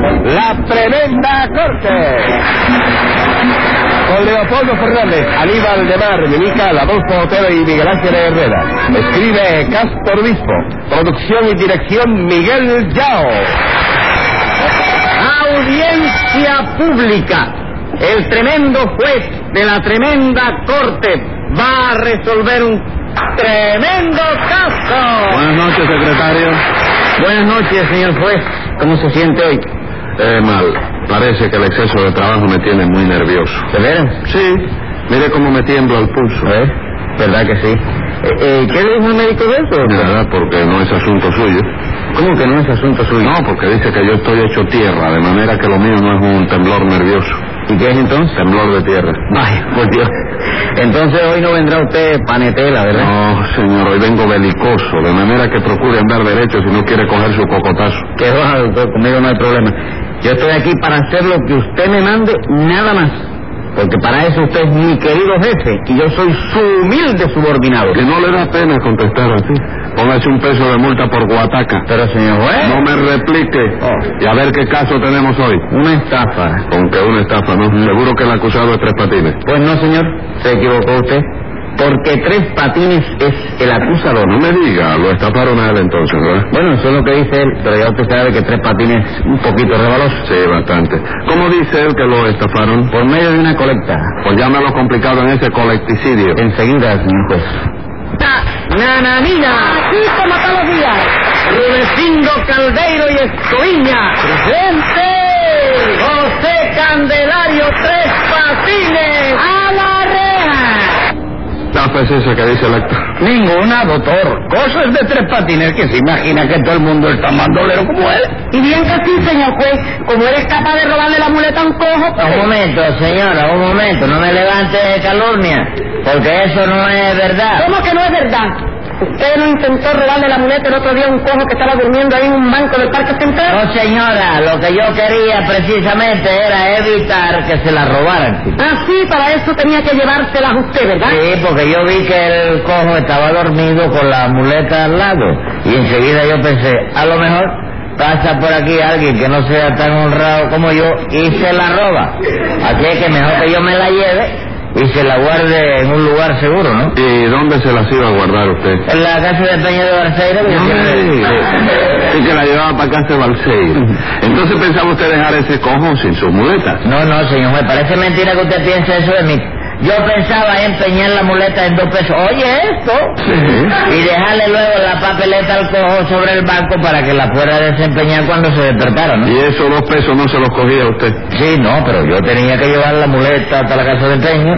La Tremenda Corte con Leopoldo Fernández, Aníbal de Mar, Minica, Adolfo Otero y Miguel Ángel Herrera. Escribe Castor Bispo. Producción y dirección Miguel Yao. Audiencia pública. El tremendo juez de la tremenda corte va a resolver un tremendo caso. Buenas noches, secretario. Buenas noches, señor juez. ¿Cómo se siente hoy? Eh, mal. Parece que el exceso de trabajo me tiene muy nervioso. ¿De veras? Sí. Mire cómo me tiembla el pulso. ¿Eh? ¿Verdad que sí? Eh, eh, ¿Qué le dijo el médico de eso? doctor? Nada, porque no es asunto suyo. ¿Cómo que no es asunto suyo? No, porque dice que yo estoy hecho tierra, de manera que lo mío no es un temblor nervioso. ¿Y qué es entonces? Temblor de tierra. Ay, por Dios. Entonces hoy no vendrá usted panetela, ¿verdad? No, señor, hoy vengo belicoso, de manera que procure andar derecho si no quiere coger su cocotazo. Que va, doctor, conmigo no hay problema. Yo estoy aquí para hacer lo que usted me mande, nada más. Porque para eso usted es mi querido jefe y yo soy su humilde subordinado. Que no le da pena contestar así. Póngase un peso de multa por guataca. Pero, señor juez, No me replique. Oh. Y a ver qué caso tenemos hoy. una estafa. Con que una estafa, ¿no? Seguro que el acusado es tres patines. Pues no, señor, se equivocó usted. Porque Tres Patines es el acusador. No me diga, lo estafaron a él entonces, ¿verdad? Bueno, eso es lo que dice él, pero ya usted sabe que Tres Patines es un poquito rebaloso. Sí, bastante. ¿Cómo dice él que lo estafaron? Por medio de una colecta. Pues llámalo complicado en ese colecticidio. Enseguida, señor juez. ¡Nananina! Así como todos los días. Rudecindo Caldeiro y Escoviña. ¡Presente! José Candelario Tres Patines. A la reja. Estafa es esa que dice el acto. Ninguna, doctor. Cosas de Tres Patines que se imagina que todo el mundo es tan mandolero como él. Y bien que sí, señor juez, como eres capaz de robarle la muleta a un cojo, pues- Un momento, señora, un momento. No me levante de calumnia, porque eso no es verdad. ¿Cómo que no es verdad? Usted no intentó robarle la muleta el otro día a un cojo que estaba durmiendo ahí en un banco del Parque Central. No, señora, lo que yo quería precisamente era evitar que se la robaran. chico. Ah, sí, para eso tenía que llevárselas usted, ¿verdad? Sí, porque yo vi que el cojo estaba dormido con la muleta al lado. Y enseguida yo pensé, a lo mejor pasa por aquí alguien que no sea tan honrado como yo y se la roba. Así es que mejor que yo me la lleve y se la guarde en un lugar seguro, ¿no? ¿Y dónde se las iba a guardar usted? En la casa de Peña de Barceira. que tiene- Sí, que la llevaba para casa de Balseiro. Entonces pensaba usted dejar ese cojo sin sus muletas. No, no, señor juez, parece mentira que usted piense eso de mí. Yo pensaba empeñar la muleta en dos pesos. Oye, esto. Y dejarle luego la papeleta al cojo sobre el banco para que la fuera a desempeñar cuando se despertara, ¿no? Y esos dos pesos no se los cogía usted. Sí, no, pero yo tenía que llevar la muleta hasta la casa de empeño,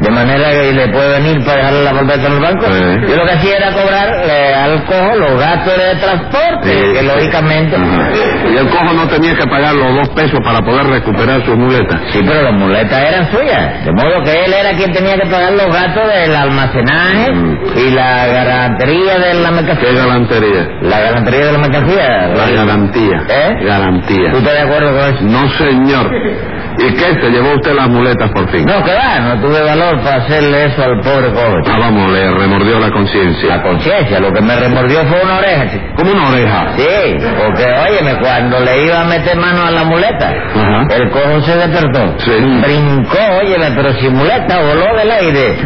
de manera que le puede venir para dejarle la papeleta en el banco. Sí. Yo lo que hacía era cobrarle al cojo los gastos de transporte, Sí, que sí. lógicamente... Ajá. Y el cojo no tenía que pagar los dos pesos para poder recuperar sus muletas. Sí, pero las muletas eran suyas. De modo que él era quien tenía que pagar los gastos del almacenaje Mm. y la garantería de la mercancía. ¿Qué galantería? La garantería de la mercancía. La garantía. ¿Eh? Garantía. ¿Tú estás de acuerdo con eso? No, señor. ¿Y qué? ¿Se llevó usted las muletas por fin? No, que va, no tuve valor para hacerle eso al pobre Ah, cojo. vamos, le remordió la conciencia. La conciencia, lo que me remordió fue una oreja, chico. Como una oreja. Sí, porque óyeme, cuando le iba a meter mano a la muleta, Ajá. el cojo se despertó. Sí. Brincó, óyeme, pero sin muleta, voló del aire.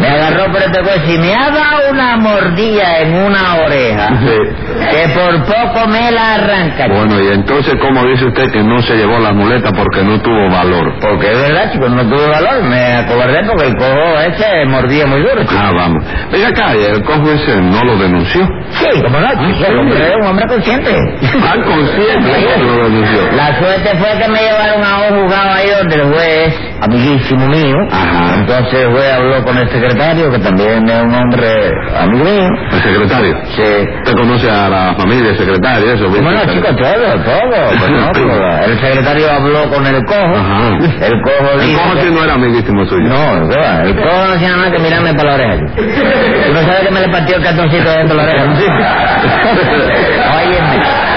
Me agarró por este coche y me ha dado una mordilla en una oreja. Sí. Que por poco me la arranca. chico. Bueno, y entonces, ¿cómo dice usted que no se llevó las muletas porque no tuvo valor? Porque es verdad, chicos, no tuve valor, me acobardé porque el cojo ese mordía muy duro. chico. Ah, vamos. Venga acá, ¿y el cojo ese no lo denunció? Sí, como no, chico, el hombre es un hombre consciente. Ah, consciente que no lo denunció. La suerte fue que me llevaron a un juzgado ahí donde el juez, amiguísimo mío, Ajá. entonces el juez habló con el secretario, que también es un hombre amigo mío. El secretario. Sí. Usted conoce a la familia del secretario, eso. Bueno, ¿viste? chicos, todo, todo. pues no, pero el secretario habló con el cojo. Ajá. El cojo El dijo... cojo que- sí no era amiguísimo suyo. No, ¿qué va? el cojo no hacía nada más que mirarme para la oreja. ¿Tú no sabes que me le partió el cartoncito dentro de la oreja? ¿no? Óyeme.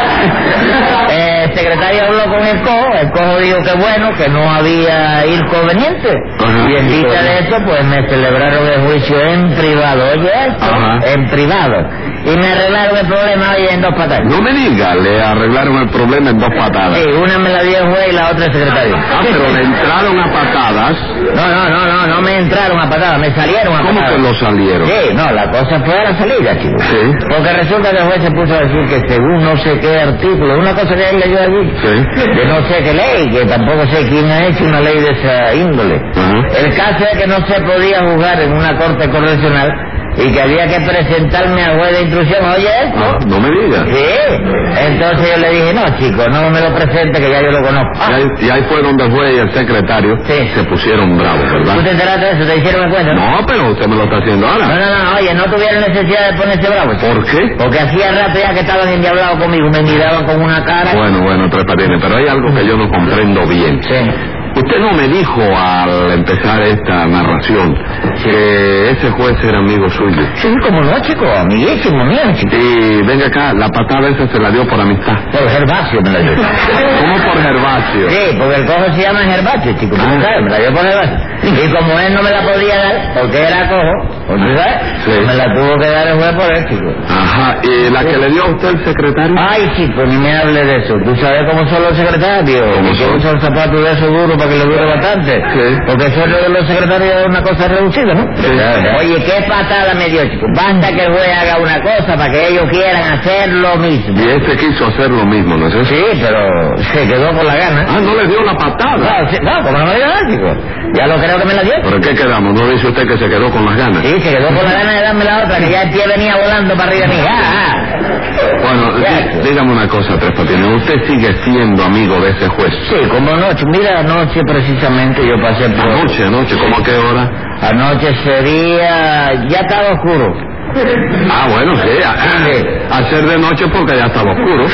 Eh, secretaria habló con el cojo, el cojo dijo que bueno, que no había inconveniente. Ajá. Y en vista de eso, pues me celebraron el juicio en privado, oye esto, Ajá. en privado. Y me arreglaron el problema hoy en dos patas. No me diga, le arreglaron el problema en dos patadas. Sí, una me la dio el juez y la otra el secretario. Ah, pero le entraron a patadas. No, no, no, no, no me entraron a patadas, me salieron a ¿Cómo patadas. que lo salieron? Sí, no, la cosa fue a la salida, chico. Sí. Porque resulta que el juez se puso a decir que según no sé qué artículo, una cosa que él leyó allí, Sí. de no sé qué ley, que tampoco sé quién ha hecho una ley de esa índole. Ajá. El caso es que no se podía juzgar en una corte correccional y que había que presentarme al juez de instrucción, oye esto. Ah, no me diga. Sí, entonces yo le dije, no chico, no me lo presente que ya yo lo conozco. Y ahí, y ahí fue donde fue y el secretario Sí. se pusieron bravos, ¿Tú te ¿verdad? enteraste de eso? ¿Te hicieron el cuento? No, pero usted me lo está haciendo No, ahora. no, no, no, oye, no tuvieron necesidad de ponerse bravos. ¿Por qué? Porque hacía rato ya que estaban endiablados conmigo, me miraban con una cara. Bueno, bueno, tres patines, pero hay algo que yo no comprendo bien. Sí. Usted no me dijo al empezar esta narración que ese juez era amigo suyo. Sí, como no, chico, amiguísimo mío, chico. Y venga acá, la patada esa se la dio por amistad. Por Gervasio me la dio. ¿Cómo por Gervasio? Sí, porque el cojo se llama Gervasio, chico, pero Ah. sabes, me la dio por Gervasio. Y como él no me la podía dar, porque era cojo, pues, ¿tú sabes? Sí. Me la tuvo que dar el juez por él, chico. Ajá, ¿y la que le dio a usted el secretario? Ay, chico, ni me hable de eso. ¿Tú sabes cómo son los secretarios? ¿Cómo Que son? usan zapatos de esos duros para que le dure bastante. Sí. Porque eso de los secretarios es una cosa reducida, ¿no? Sí. Oye, qué patada me dio, chico. Basta que el juez haga una cosa para que ellos quieran hacer lo mismo. Y este quiso hacer lo mismo, ¿no es eso? Sí, pero se quedó con la gana. Ah, no le dio la patada. Ah, No, sí, no, como no me dio nada, chico. Ya lo creo que me la dio. ¿Pero qué quedamos? ¿No dice usted que se quedó con las ganas? Sí, se quedó con la gana de darme la otra, que ya el pie venía volando para arriba de mí. Ah, ah. Bueno, Gracias. dí- dígame una cosa, Tres Patines. Usted sigue siendo amigo de ese juez. Sí, como anoche. Mira, anoche precisamente yo pasé por... Anoche, anoche, ¿cómo a qué hora? Anoche sería... Ya estaba oscuro. Ah, bueno, sí. Sí. a- Hacer de noche porque ya estaba oscuro.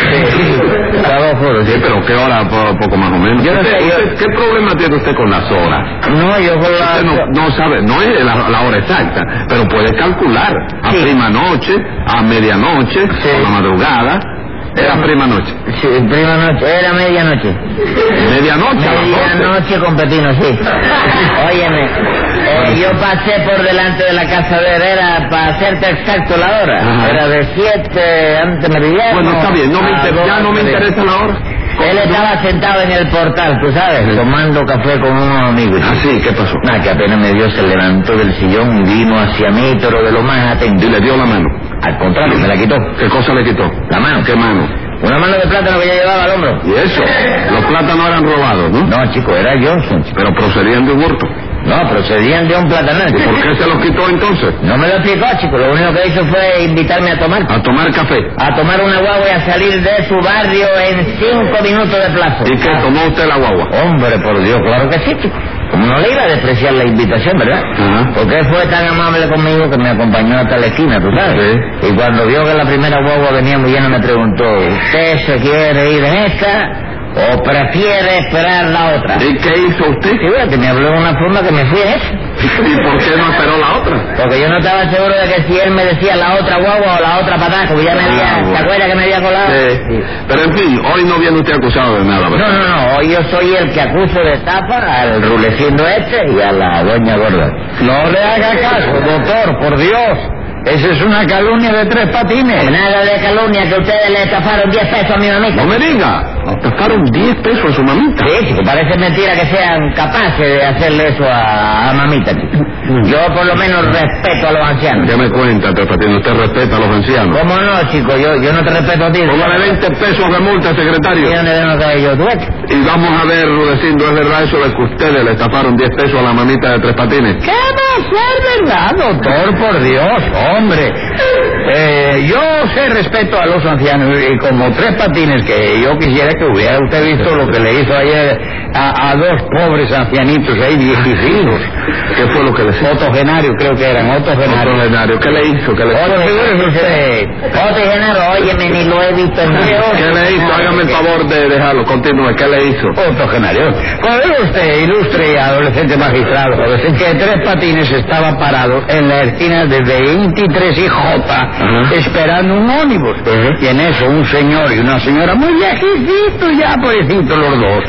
Estaba oscuro, Sí, sí. pero ¿qué hora? Po- poco más o menos. Yo no Usted- sé, yo- usted- ¿Qué problema tiene usted con las horas? No, yo con la... Usted Este no, no sabe, no es la, la hora exacta, pero puede calcular a Sí. prima noche, a medianoche, Sí. a la madrugada, era prima noche. Sí, prima noche. Era medianoche. Medianoche, a las doce. Medianoche con Petino, sí. Óyeme, eh, yo pasé por delante de la casa de Herrera para hacerte exacto la hora. Ajá. Era de siete antes meridiano. Bueno, está bien, no me a inter- ya dos no me antes interesa la hora. meridiano. Él estaba sentado en el portal, tú sabes, tomando café con unos amigos. Ah, sí, ¿qué pasó? Nada, que apenas me vio, se levantó del sillón, vino hacia mí, pero de lo más Y atendido. le dio la mano. Al contrario, me la quitó. ¿Qué cosa le quitó? La mano. ¿Qué mano? Una mano de plátano que yo llevaba al hombro. Y eso, los plátanos eran robados, ¿no? No, chico, era Johnson, chico. Pero procedían de un hurto. No, procedían de un platanal. ¿Y por qué se los quitó entonces? No me lo explicó, chico. Lo único que hizo fue invitarme a tomar. A tomar café. A tomar una guagua y a salir de su barrio en cinco minutos de plazo. ¿Y qué? ¿Tomó usted la guagua? Hombre, por Dios, claro que sí, chico. Como no le iba a despreciar la invitación, ¿verdad? Ajá. Porque él fue tan amable conmigo que me acompañó hasta la esquina, ¿tú sabes? Y cuando vio que la primera guagua venía muy llena, me preguntó, ¿usted se quiere ir en esta o prefiere esperar la otra? ¿Y qué hizo usted? Y fíjate, me habló de una forma que me fui en esa. ¿Y por qué no esperó la otra? Porque yo no estaba seguro de que si él me decía la otra guagua o la otra patada, como ya me había... Ah, bueno. ¿Te acuerdas que me había colado? Eh, pero en fin, hoy no viene usted acusado de nada, No, ¿verdad? no, no. Hoy yo soy el que acuso de estafa al rulecindo este y a la doña gorda. No le haga caso, doctor, por Dios. Esa es una calumnia de tres patines. Nada de calumnia que ustedes le estafaron 10 pesos a mi mamita. No me diga, gastaron 10 pesos a su mamita. Sí, chico, parece mentira que sean capaces de hacerle eso a, a mamita. chico. Yo por lo menos respeto a los ancianos. ¿Qué me cuenta, Tres Patines? ¿Usted respeta a los ancianos? ¿Cómo no, chico? Yo, yo no te respeto a ti. Póngale 20 pesos de multa, secretario. ¿Y dónde vengo a yo? ¿Tú ves? Y vamos a ver, Rudecindo, ¿es verdad eso de que ustedes le estafaron 10 pesos a la mamita de Tres Patines? ¿Qué va a ser verdad, doctor? Por Dios, hombre. Eh, yo sé respeto a los ancianos y como tres patines que yo quisiera que hubiera usted visto lo que le hizo ayer a, a dos pobres ancianitos ahí, viejitos, ¿Qué fue lo que le hizo? Otto Genario creo que eran, Otto Genario. Otro Lenario, ¿Qué le hizo? ¿Qué le Otto hizo? Genario, usted. Otto Genario, óyeme, ni lo he visto en ¿Qué le hizo? Hágame el favor de dejarlo. Continúe. ¿Qué le hizo? Otto Genario. Cuando era usted, ilustre adolescente magistrado, joven, que Tres Patines estaba parado en la esquina de 23 y J, Ajá. esperando un ónibus. Y en eso un señor y una señora, muy viejecitos ya, pobrecitos los dos,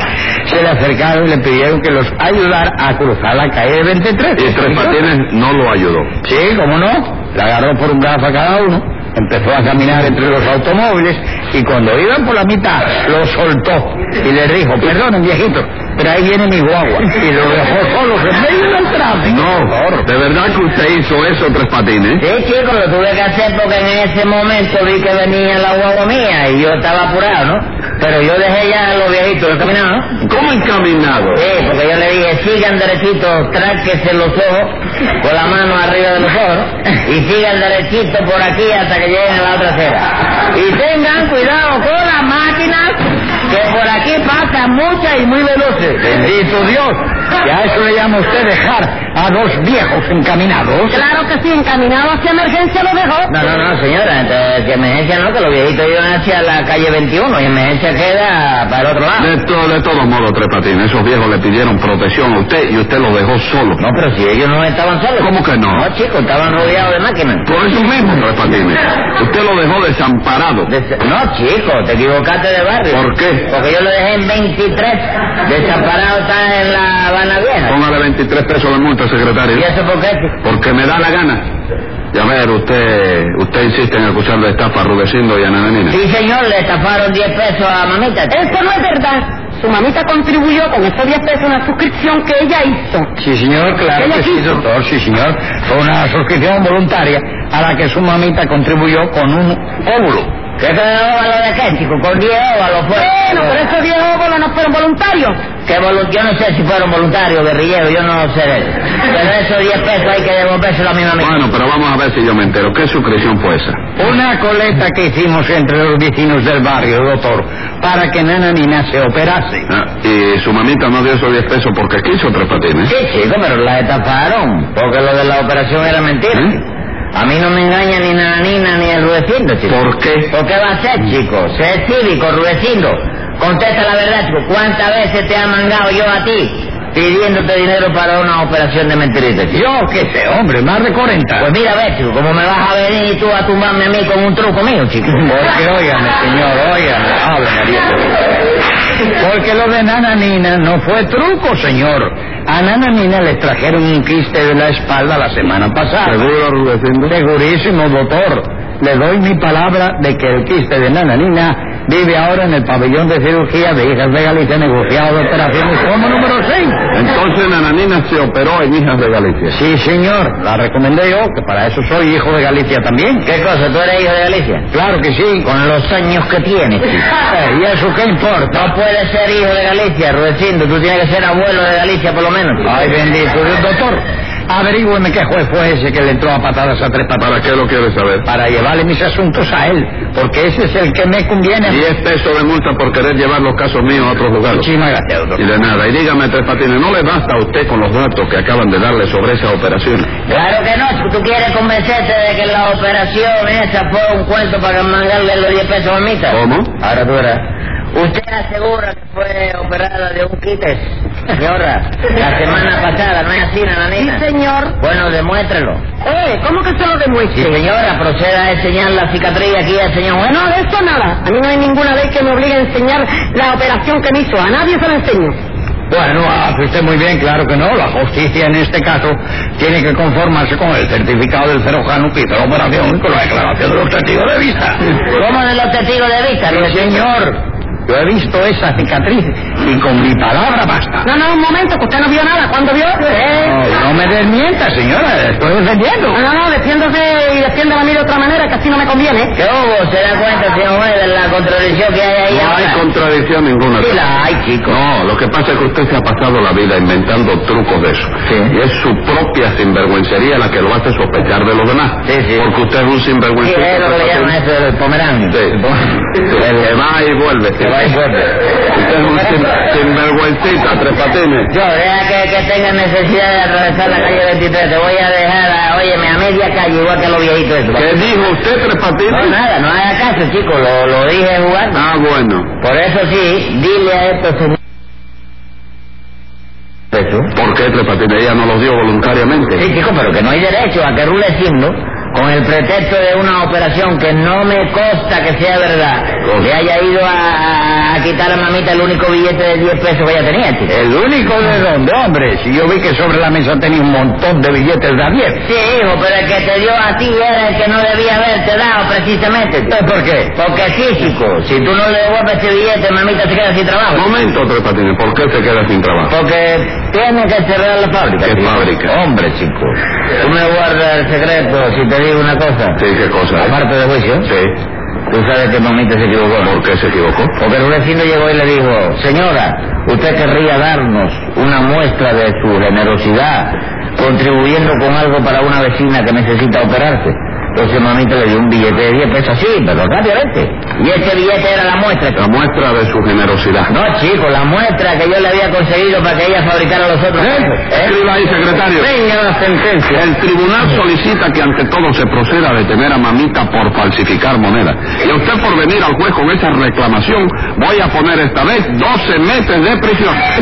se le acercaron y le pidieron que los ayudara a cruzar la calle de 23. Y Tres Patines no lo ayudó. Sí, cómo no. La agarró por un brazo a cada uno. Empezó a caminar entre los automóviles y cuando iban por la mitad lo soltó y le dijo, perdonen viejito, pero ahí viene mi guagua. Y lo dejó solo en medio del tráfico. No, de verdad que usted hizo eso, Tres Patines. Sí, chico, lo tuve que hacer porque en ese momento vi que venía la guagua mía y yo estaba apurado, ¿no? Pero yo dejé ya a los viejitos, los caminaban, ¿no? ¿Cómo encaminado? Sí, porque yo le dije, sigan derechito, tráquese los ojos, con la mano arriba de los ojos, ¿no? y sigan derechito por aquí hasta que lleguen a la otra acera. Y tengan cuidado con las máquinas, que por aquí pasan muchas y muy veloces. Bendito Dios, ya eso le llama usted dejar a dos viejos encaminados. Claro que sí, encaminado hacia emergencia lo dejó. No, no, no, señora, entonces, que emergencia no, que los viejitos iban hacia la calle 21 y emergencia queda para el otro lado. De, to- de todos modos, Tres Patines, esos viejos le pidieron protección a usted y usted lo dejó solo. No, pero si ellos no estaban solos. ¿Cómo que no? No, chicos, estaban rodeados de máquinas. Por eso mismo, Tres Patines. Usted lo dejó desamparado. De- No, chico, te equivocaste de barrio. ¿Por qué? Porque yo lo dejé en 23. Desamparado está en la Habana Vieja. Póngale 23 pesos de multa, secretario. ¿Y eso por qué? chico? Porque me da la gana. Y a ver, usted, usted insiste en acusar de estafa a Rudecindo y a Nananina. Sí, señor, le estafaron 10 pesos a mamita. Eso no es verdad. Su mamita contribuyó con esos 10 pesos una suscripción que ella hizo. Sí, señor, claro ¿Ella que sí, quiso? doctor, sí, señor. Fue una suscripción voluntaria a la que su mamita contribuyó con un óvulo. ¿Qué te óvalo de qué, chico? Con 10 óvalos fue. Bueno, pero esos 10 óvulos no fueron voluntarios. Que volu- yo no sé si fueron voluntarios, guerrilleros, yo no sé de eso. Pero esos 10 pesos hay que devolvérselo a mi mamita. Bueno, pero vamos a ver si yo me entero. ¿Qué suscripción fue esa? Una coleta que hicimos entre los vecinos del barrio, doctor, para que Nana Nina se operase. Ah, y su mamita no dio esos 10 pesos porque quiso Tres Patines. Ah, Sí, chico, pero la estafaron, porque lo de la operación era mentira. ¿Eh? A mí no me engaña ni Nana Nina ni el Rudecindo, chico. ¿Por qué? ¿Por qué va a ser, chico? Sé cívico, Rudecindo. Contesta la verdad, chico. ¿Cuántas veces te ha mangado yo a ti pidiéndote dinero para una operación de mentirita, chico? Yo qué sé, hombre, más de 40. Pues mira, ve, chico, como me vas a venir tú a tumbarme a mí con un truco mío, chico. Porque, óigame, señor, óigame. Ave María. Porque lo de Nana Nina no fue truco, señor. A Nana Nina le trajeron un quiste de la espalda la semana pasada. ¿Seguro, Rudecindo? Segurísimo, doctor. Le doy mi palabra de que el quiste de Nana Nina vive ahora en el pabellón de cirugía de hijas de Galicia negociado de operaciones como número 6. Entonces Nananina se operó en Hijas de Galicia. Sí, señor, la recomendé yo, que para eso soy hijo de Galicia también. ¿Qué cosa? ¿Tú eres hijo de Galicia? Claro que sí. Con los años que tienes, chico. Eh, ¿Y eso qué importa? No puedes ser hijo de Galicia, Rudecindo. Tú tienes que ser abuelo de Galicia, por lo menos. chico. Ay, bendito Dios, doctor. Averígüeme qué juez fue ese que le entró a patadas a tres patadas ¿Para qué lo quiere saber? para llevarle mis asuntos a él, porque ese es el que me conviene. 10 pesos de multa por querer llevar los casos míos a otros lugares. Muchísimas gracias, doctor. Y de nada. Y dígame, Tres Patines, ¿no le basta a usted con los datos que acaban de darle sobre esa operación? Claro que no, chico. tú quieres convencerte de que la operación esa fue un cuento para mandarle los 10 pesos a mamita. ¿Cómo? Ahora tú verás. Usted asegura que fue operada de un quites, señora, la semana pasada, ¿no es así, Sí, nananina? señor. Bueno, demuéstrelo. Eh, ¿cómo que se lo Sí, demuestre? señora, proceda a enseñar la cicatriz aquí al señor juez. No, de eso nada. A mí no hay ninguna ley que me obligue a enseñar la operación que me hizo. A nadie se la enseño. Bueno, hace usted muy bien, claro que no. La justicia en este caso tiene que conformarse con el certificado del cerojano que hizo la operación y con la declaración de los testigos de vista. ¿Cómo de los testigos de vista? Pero, Rudecindo? señor, yo he visto esa cicatriz y con mi palabra basta. No, no, un momento, que usted no vio nada. ¿Cuándo vio? No, Eh, no me desmienta, señora, estoy defendiendo. no, no, no, defiéndase y defiéndela a mí de otra manera, que así no me conviene. ¿Qué hubo? ¿Se da cuenta, señor juez, de la contradicción que hay ahí No ahora? hay contradicción ninguna. Sí la hay, chico. No, lo que pasa es que usted se ha pasado la vida inventando trucos de eso. Sí. Y es su propia sinvergüencería la que lo hace sospechar de los demás. Sí, sí. Porque usted es un Sí, sinvergüenza. es lo que le llaman eso del pomerán. Sí. Se va y vuelve. Se hay suerte. Usted es un sin- sinvergüencita, tres patines. Yo, deja que, que tenga necesidad de atravesar la calle 23. Te voy a dejar, a, óyeme, a media calle, igual que los viejitos. esos. ¿Qué dijo usted, tres No, patines? nada, no haga caso, chico. Lo, lo dije jugando. Ah, bueno. Por eso sí, dile a estos señores... Eso. ¿Por qué tres patines? Ella no los dio voluntariamente. Sí, chico, pero que no hay derecho a que rule signo con el pretexto de una operación que no me consta que sea verdad. Cosa. Le haya ido a, a quitar a mamita el único billete de 10 pesos que ella tenía, chico. ¿El único de dónde, hombre? Si yo vi que sobre la mesa tenía un montón de billetes de a 10. Sí, hijo, pero el que te dio a ti era el que no debía haberte dado precisamente. ¿Eh, ¿Por qué? Porque sí, chico, si tú no le devuelves ese billete, mamita se queda sin Un trabajo. momento, tres patines. ¿Por qué se queda sin trabajo? Porque tiene que cerrar la fábrica. ¿Qué chico. fábrica? Hombre, chico, tú me guardas el secreto si te digo una cosa. Sí, qué cosa. eh? Aparte de juicio. Sí. Tú sabes que mamita se equivocó. ¿no? ¿Por qué se equivocó? Porque un vecino llegó y le dijo, señora, usted querría darnos una muestra de su generosidad, contribuyendo con algo para una vecina que necesita operarse. Entonces mamita le dio un billete de 10 pesos, sí, pero rápidamente. Y ese billete era la muestra. La muestra de su generosidad. No, chico, la muestra que yo le había conseguido para que ella fabricara los otros. ¿Eh? Escriba ahí, secretario. Venga la sentencia. El tribunal solicita que ante todo se proceda a detener a mamita por falsificar moneda. Y a usted por venir al juez con esa reclamación, voy a poner esta vez 12 meses de prisión.